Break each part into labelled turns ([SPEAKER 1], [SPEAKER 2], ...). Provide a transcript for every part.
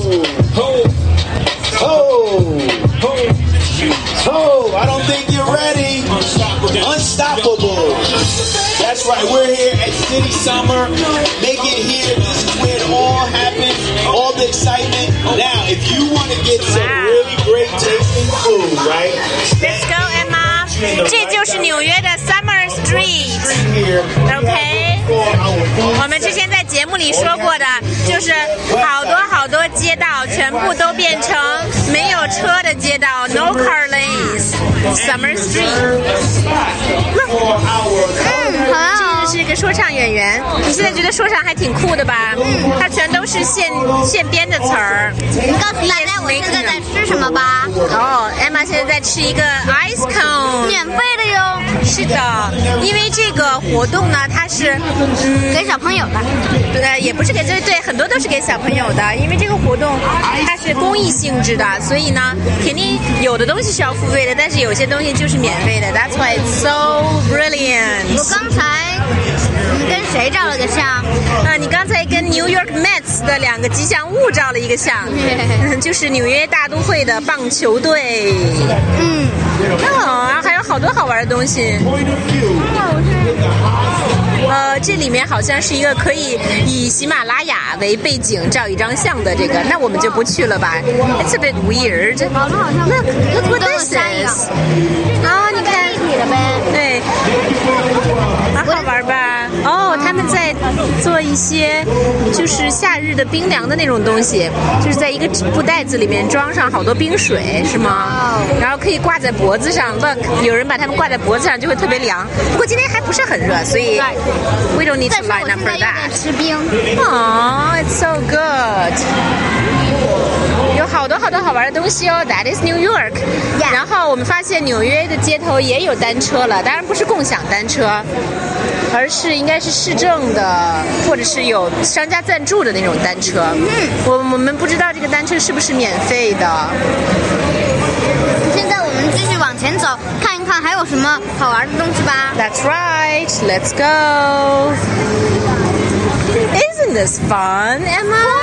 [SPEAKER 1] Ho! Ho! Ho! Ho! I don't think you're ready. Unstoppable. That's right. We're here at City Summer. Make it here. This is where it all happens. All the excitement. Now, if you want to get some
[SPEAKER 2] Wow.
[SPEAKER 1] really great tasting food, right?
[SPEAKER 2] Let's go, Emma。这就是纽约的 Summer Street。
[SPEAKER 1] Here.
[SPEAKER 2] Okay.
[SPEAKER 1] For our food
[SPEAKER 2] 我们之前在节目里说过的，就是好多好多街道全部都变成没有车的街道，No car lanes，Summer Street。
[SPEAKER 1] for our
[SPEAKER 2] 嗯，很好。这个是一个说唱演员，你现在觉得说唱还挺酷的吧？嗯，它全都是现现编的词儿。
[SPEAKER 3] 你告诉奶奶我这个在吃什么吧？
[SPEAKER 2] 哦，Emma 现在在吃一个 ice cone。
[SPEAKER 3] 免费的哟，
[SPEAKER 2] 是的，因为这个活动呢，它是嗯。
[SPEAKER 3] 给小朋友的。
[SPEAKER 2] 对，也不是给，就是对，很多都是给小朋友的，因为这个活动它是公益性质的，所以呢，肯定有的东西是要付费的，但是有些东西就是免费的。That's why it's so brilliant。
[SPEAKER 3] 我刚才嗯跟谁照了个相？
[SPEAKER 2] 啊，你刚才跟 New York Mets 的两个吉祥物照了一个 相，嗯就是纽约大都会的棒球队。
[SPEAKER 3] 嗯，
[SPEAKER 2] 啊，还有好多好玩的东西。
[SPEAKER 1] point of view.
[SPEAKER 2] 呃，这里面好像是一个可以以喜马拉雅为背景照一张相的这个，那我们就不去了吧。It's 哎 a bit weird. Look, look what
[SPEAKER 3] 都有
[SPEAKER 2] this
[SPEAKER 3] 山一样
[SPEAKER 2] is. 啊，你看，
[SPEAKER 3] 你的呗。
[SPEAKER 2] 对，很好玩吧？哦，他们在做一些就是夏日的冰凉的那种东西，就是在一个布袋子里面装上好多冰水，是吗？
[SPEAKER 3] 哦
[SPEAKER 2] 然后可以挂在脖子上。Look，有人把它们挂在脖子上就会特别凉。不过今天还不是很热，所以 we don't need
[SPEAKER 3] 再
[SPEAKER 2] to
[SPEAKER 3] 说我
[SPEAKER 2] line
[SPEAKER 3] 现
[SPEAKER 2] up
[SPEAKER 3] 在
[SPEAKER 2] for
[SPEAKER 3] 又在
[SPEAKER 2] that。
[SPEAKER 3] 吃冰，
[SPEAKER 2] 哦，it's so good。有好多好多好玩的东西哦，That is New York。
[SPEAKER 3] Yeah
[SPEAKER 2] 然后我们发现纽约的街头也有单车了，当然不是共享单车，而是应该是市政的，或者是有商家赞助的那种单车。嗯，我我们不知道这个单车是不是免费的。
[SPEAKER 3] 现在我们继续往前走，看一看还有什么好玩的东西吧。
[SPEAKER 2] That's right. Let's go. Isn't this fun, Emma?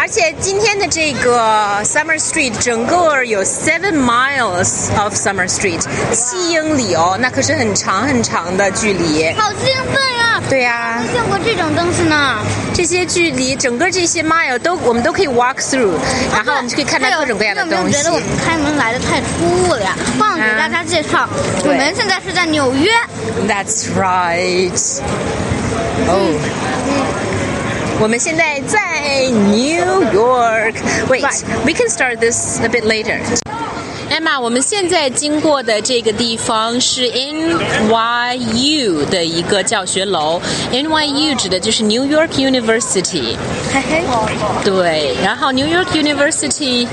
[SPEAKER 2] 而且今天的这个 Summer Street 整个有 seven miles of Summer Street，七英里哦，那可是很长很长的距离。
[SPEAKER 3] 好兴奋呀、
[SPEAKER 2] 对呀、
[SPEAKER 3] 没见过这种东西呢。
[SPEAKER 2] 这些距离，整个这些 mile 都我们都可以 walk through，然后我们就可以哦看到各种各样的
[SPEAKER 3] 还有
[SPEAKER 2] 东
[SPEAKER 3] 你有没有
[SPEAKER 2] 西
[SPEAKER 3] 觉得。我们开门来的太突兀了呀？忘了给大家介绍，我
[SPEAKER 2] 对
[SPEAKER 3] 们现在是在纽约。
[SPEAKER 2] That's right。哦，我们现在在 New York。Wait, we can start this a bit later. Emma，我们现在经过的这个地方是 NYU 的一个教学楼。NYU 指的就是 New York University。
[SPEAKER 3] 嘿嘿，
[SPEAKER 2] 对，然后 New York University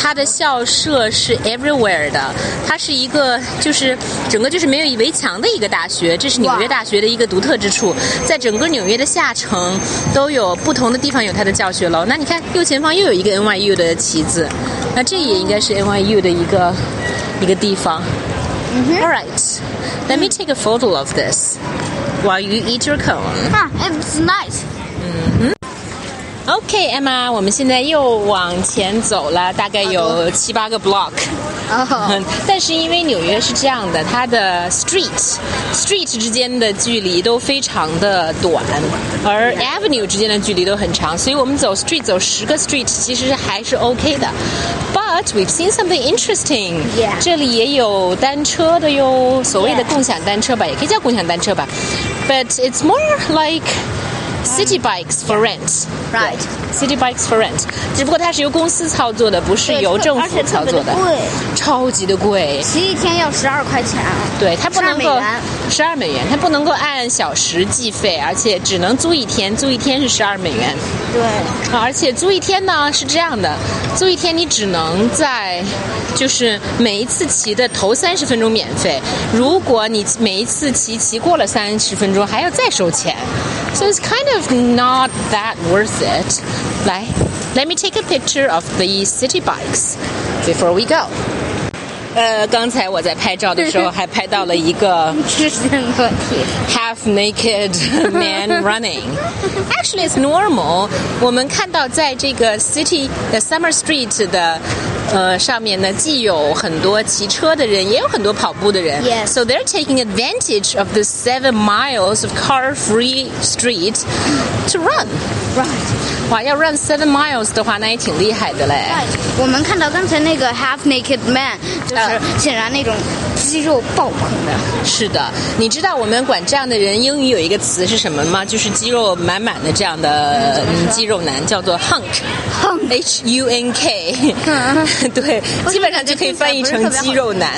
[SPEAKER 2] 它的校舍是 everywhere 的，它是一个就是整个就是没有一围墙的一个大学，这是纽约大学的一个独特之处，在整个纽约的下城都有不同的地方有它的教学楼。那你看右前方又有一个 NYU 的旗子，那这也应该是 NYU 的一个一个地方。All right, let me take a photo of this while you eat your cone.
[SPEAKER 3] 啊，It's nice。
[SPEAKER 2] OK，艾玛，我们现在又往前走了，大概有七八个 block。
[SPEAKER 3] 哦，
[SPEAKER 2] 但是因为纽约是这样的，它的 street street 之间的距离都非常的短，而 avenue 之间的距离都很长，所以我们走 street 走十个 street 其实还是 OK 的。But we've seen something interesting。
[SPEAKER 3] Yeah
[SPEAKER 2] 这里也有单车的哟，所谓的共享单车吧，也可以叫共享单车吧。But it's more like city bikes for rent。
[SPEAKER 3] Right
[SPEAKER 2] City bikes for rent，只不过它是由公司操作的，不 是
[SPEAKER 3] 对
[SPEAKER 2] 由
[SPEAKER 3] 特
[SPEAKER 2] 政
[SPEAKER 3] 而
[SPEAKER 2] 府
[SPEAKER 3] 且特
[SPEAKER 2] 操
[SPEAKER 3] 别
[SPEAKER 2] 作的。
[SPEAKER 3] 贵，
[SPEAKER 2] 超级的贵，
[SPEAKER 3] 骑一天要十二块钱。啊
[SPEAKER 2] 对它不能
[SPEAKER 3] 12
[SPEAKER 2] 够
[SPEAKER 3] 美元
[SPEAKER 2] 十二美元，它不能够按小时计费，而且只能租一天，租一天是十二美元，
[SPEAKER 3] 对，
[SPEAKER 2] 啊 而且租一天呢是这样的，租一天你只能在就是每一次骑的头三十分钟免费，如果你每一次骑骑过了三十分钟还要再收钱，so it's kind of not that worth it。来，let me take a picture of the city bikes before we go。呃，刚才我在拍照的时候还拍到了一个
[SPEAKER 3] 吃是很问题。
[SPEAKER 2] How half naked man running. Actually, it's normal. 我们看到在这个 city 的 Summer Street 的呃上面呢，既有很多骑车的人，也有很多跑步的人。
[SPEAKER 3] Yes.
[SPEAKER 2] So they're taking advantage of the seven miles of car-free street to run.
[SPEAKER 3] Right.
[SPEAKER 2] 哇，要 run seven miles 的话，那也挺厉害的嘞。
[SPEAKER 3] 哎我们看到刚才那个 half naked man，就是显然那种肌肉爆棚的。
[SPEAKER 2] 是的，你知道我们管这样的人英语有一个词是什么吗？就是肌肉满满的这样的嗯肌肉男，叫做 hunk，hunk h u n k，对，
[SPEAKER 3] 嗯
[SPEAKER 2] 基本上就可以翻译成肌肉男。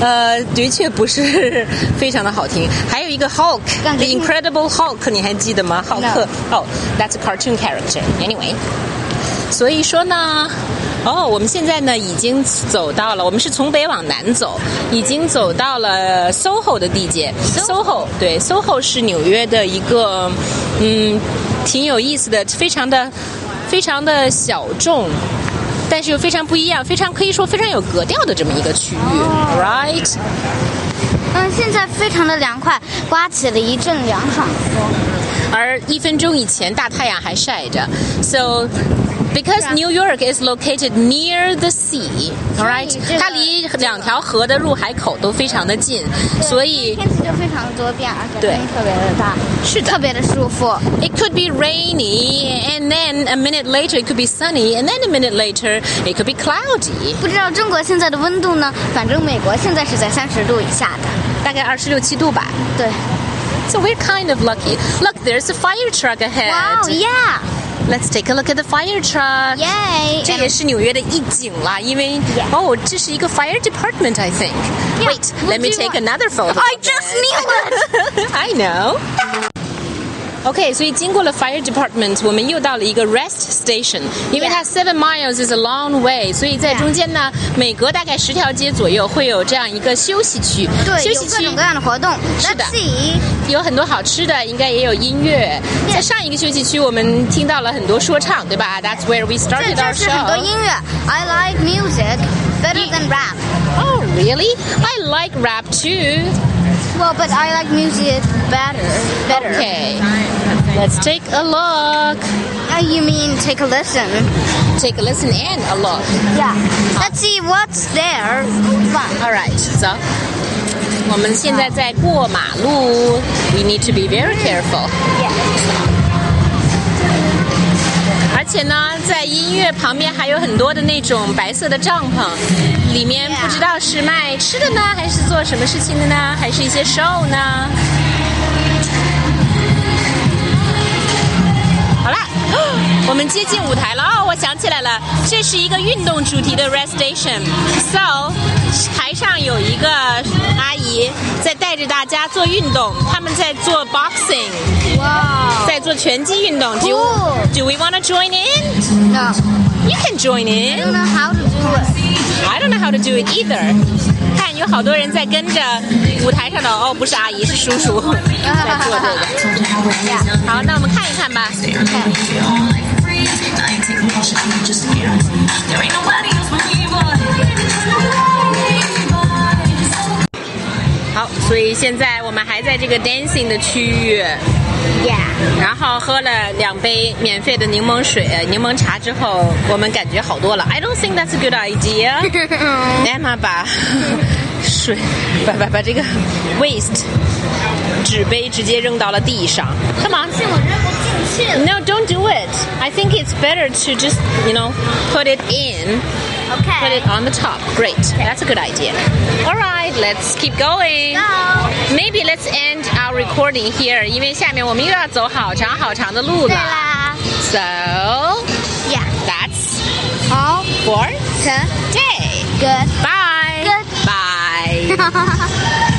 [SPEAKER 2] 呃，的确不是非常的好听。还有一个 Hulk，The
[SPEAKER 3] 感觉
[SPEAKER 2] Incredible Hulk，你还记得吗？浩克，哦、t h a t s a cartoon character。Anyway，所以说呢，哦，我们现在呢已经走到了，我们是从北往南走，已经走到了 SOHO 的地界。SOHO 对，SOHO 是纽约的一个，嗯，挺有意思的，非常的，非常的小众。但是又非常不一样，非常可以说非常有格调的这么一个区域、r i g h t
[SPEAKER 3] 嗯，现在非常的凉快，刮起了一阵凉爽风。
[SPEAKER 2] 而一分钟以前大太阳还晒着。So because
[SPEAKER 3] 是啊
[SPEAKER 2] New York is located near the sea, all right，
[SPEAKER 3] 所以这个
[SPEAKER 2] 它离两条河的入海口都非常的近，所以
[SPEAKER 3] 天气就非常的多变，而且
[SPEAKER 2] 对
[SPEAKER 3] 风特别的大，
[SPEAKER 2] 是的
[SPEAKER 3] 特别的舒服。
[SPEAKER 2] it could be rainy and then a minute later it could be sunny and then a minute later it could be cloudy。
[SPEAKER 3] 不知道中国现在的温度呢？反正美国现在是在三十度以下的。
[SPEAKER 2] 大概二十六七度吧。
[SPEAKER 3] 对，
[SPEAKER 2] So we're kind of lucky. Look, there's a fire truck ahead.
[SPEAKER 3] 哇哦呀，
[SPEAKER 2] Let's take a look at the fire truck.
[SPEAKER 3] 耶！
[SPEAKER 2] 这也是纽约的一景啦，因为
[SPEAKER 3] Yeah.
[SPEAKER 2] 哦，这是一个 fire department I think.
[SPEAKER 3] Yeah,
[SPEAKER 2] Wait, let me
[SPEAKER 3] would
[SPEAKER 2] take
[SPEAKER 3] you want-
[SPEAKER 2] another photo.
[SPEAKER 3] I just knew
[SPEAKER 2] it. I know. OK，所以经过了 fire department，我们又到了一个 rest station，因为
[SPEAKER 3] Yeah.
[SPEAKER 2] 它 seven miles is a long way，所以在
[SPEAKER 3] Yeah.
[SPEAKER 2] 中间呢，每隔大概十条街左右会有这样一个休息区。
[SPEAKER 3] 哎对，
[SPEAKER 2] 休
[SPEAKER 3] 有
[SPEAKER 2] 息
[SPEAKER 3] 各
[SPEAKER 2] 区
[SPEAKER 3] 种各样的活动。
[SPEAKER 2] 是的
[SPEAKER 3] Let's see，
[SPEAKER 2] 有很多好吃的，应该也有音乐。在上一个休息区，我们听到了很多说唱，对吧？That's where we
[SPEAKER 3] 这
[SPEAKER 2] started our
[SPEAKER 3] 就是很多
[SPEAKER 2] show.
[SPEAKER 3] 音乐。I like music better than rap.
[SPEAKER 2] Oh, really? I like rap too.
[SPEAKER 3] Well, but I like music better. Better.
[SPEAKER 2] Okay, let's take a look.
[SPEAKER 3] Uh, you mean take a listen?
[SPEAKER 2] Take a listen and a look.
[SPEAKER 3] Yeah. Let's see what's there. Wow.
[SPEAKER 2] All right, 走。我们现在在过马路，We need to be very careful.
[SPEAKER 3] Yeah.
[SPEAKER 2] 而且呢，在音乐旁边还有很多的那种白色的帐篷，里面
[SPEAKER 3] Yeah.
[SPEAKER 2] 不知道是卖吃的呢，还是做什么事情的呢，还是一些 show 呢？好啦，我们接近舞台了哦！我想起来了，这是一个运动主题的 rest station。So，台上有一个阿姨在带着大家做运动，他们在做 boxing，
[SPEAKER 3] Wow.
[SPEAKER 2] 在做拳击运动。Do you-
[SPEAKER 3] Cool.
[SPEAKER 2] do we want to join in?
[SPEAKER 3] No.
[SPEAKER 2] You can join
[SPEAKER 3] I
[SPEAKER 2] in.
[SPEAKER 3] don't know how to do it.
[SPEAKER 2] I don't know how to do it either. 看，有好多人在跟着舞台上的哦，不是阿姨，是叔叔在做这个。
[SPEAKER 3] Yeah.
[SPEAKER 2] 好，那我们看一看吧。好，所以现在我们还在这个 dancing 的区域，
[SPEAKER 3] Yeah.
[SPEAKER 2] 然后喝了两杯免费的柠檬水、呃柠檬茶之后，我们感觉好多了。I don't think that's a good idea. Emma 把 水，把把把这个 waste 纸杯直接扔到了地上。Come on.
[SPEAKER 3] 我扔不进去了。
[SPEAKER 2] No, don't do it. I think it's better to just, you know, put it in, put
[SPEAKER 3] Okay.
[SPEAKER 2] it on the top. Great. That's a good idea. All right, let's keep going.
[SPEAKER 3] Go.
[SPEAKER 2] Maybe let's end our recording here. 因为下面我们又要走好长好长的路了。
[SPEAKER 3] 对啦。
[SPEAKER 2] So
[SPEAKER 3] Yeah.
[SPEAKER 2] that's
[SPEAKER 3] All
[SPEAKER 2] for
[SPEAKER 3] today.
[SPEAKER 2] today.
[SPEAKER 3] Good.
[SPEAKER 2] Bye.
[SPEAKER 3] Good.
[SPEAKER 2] Bye.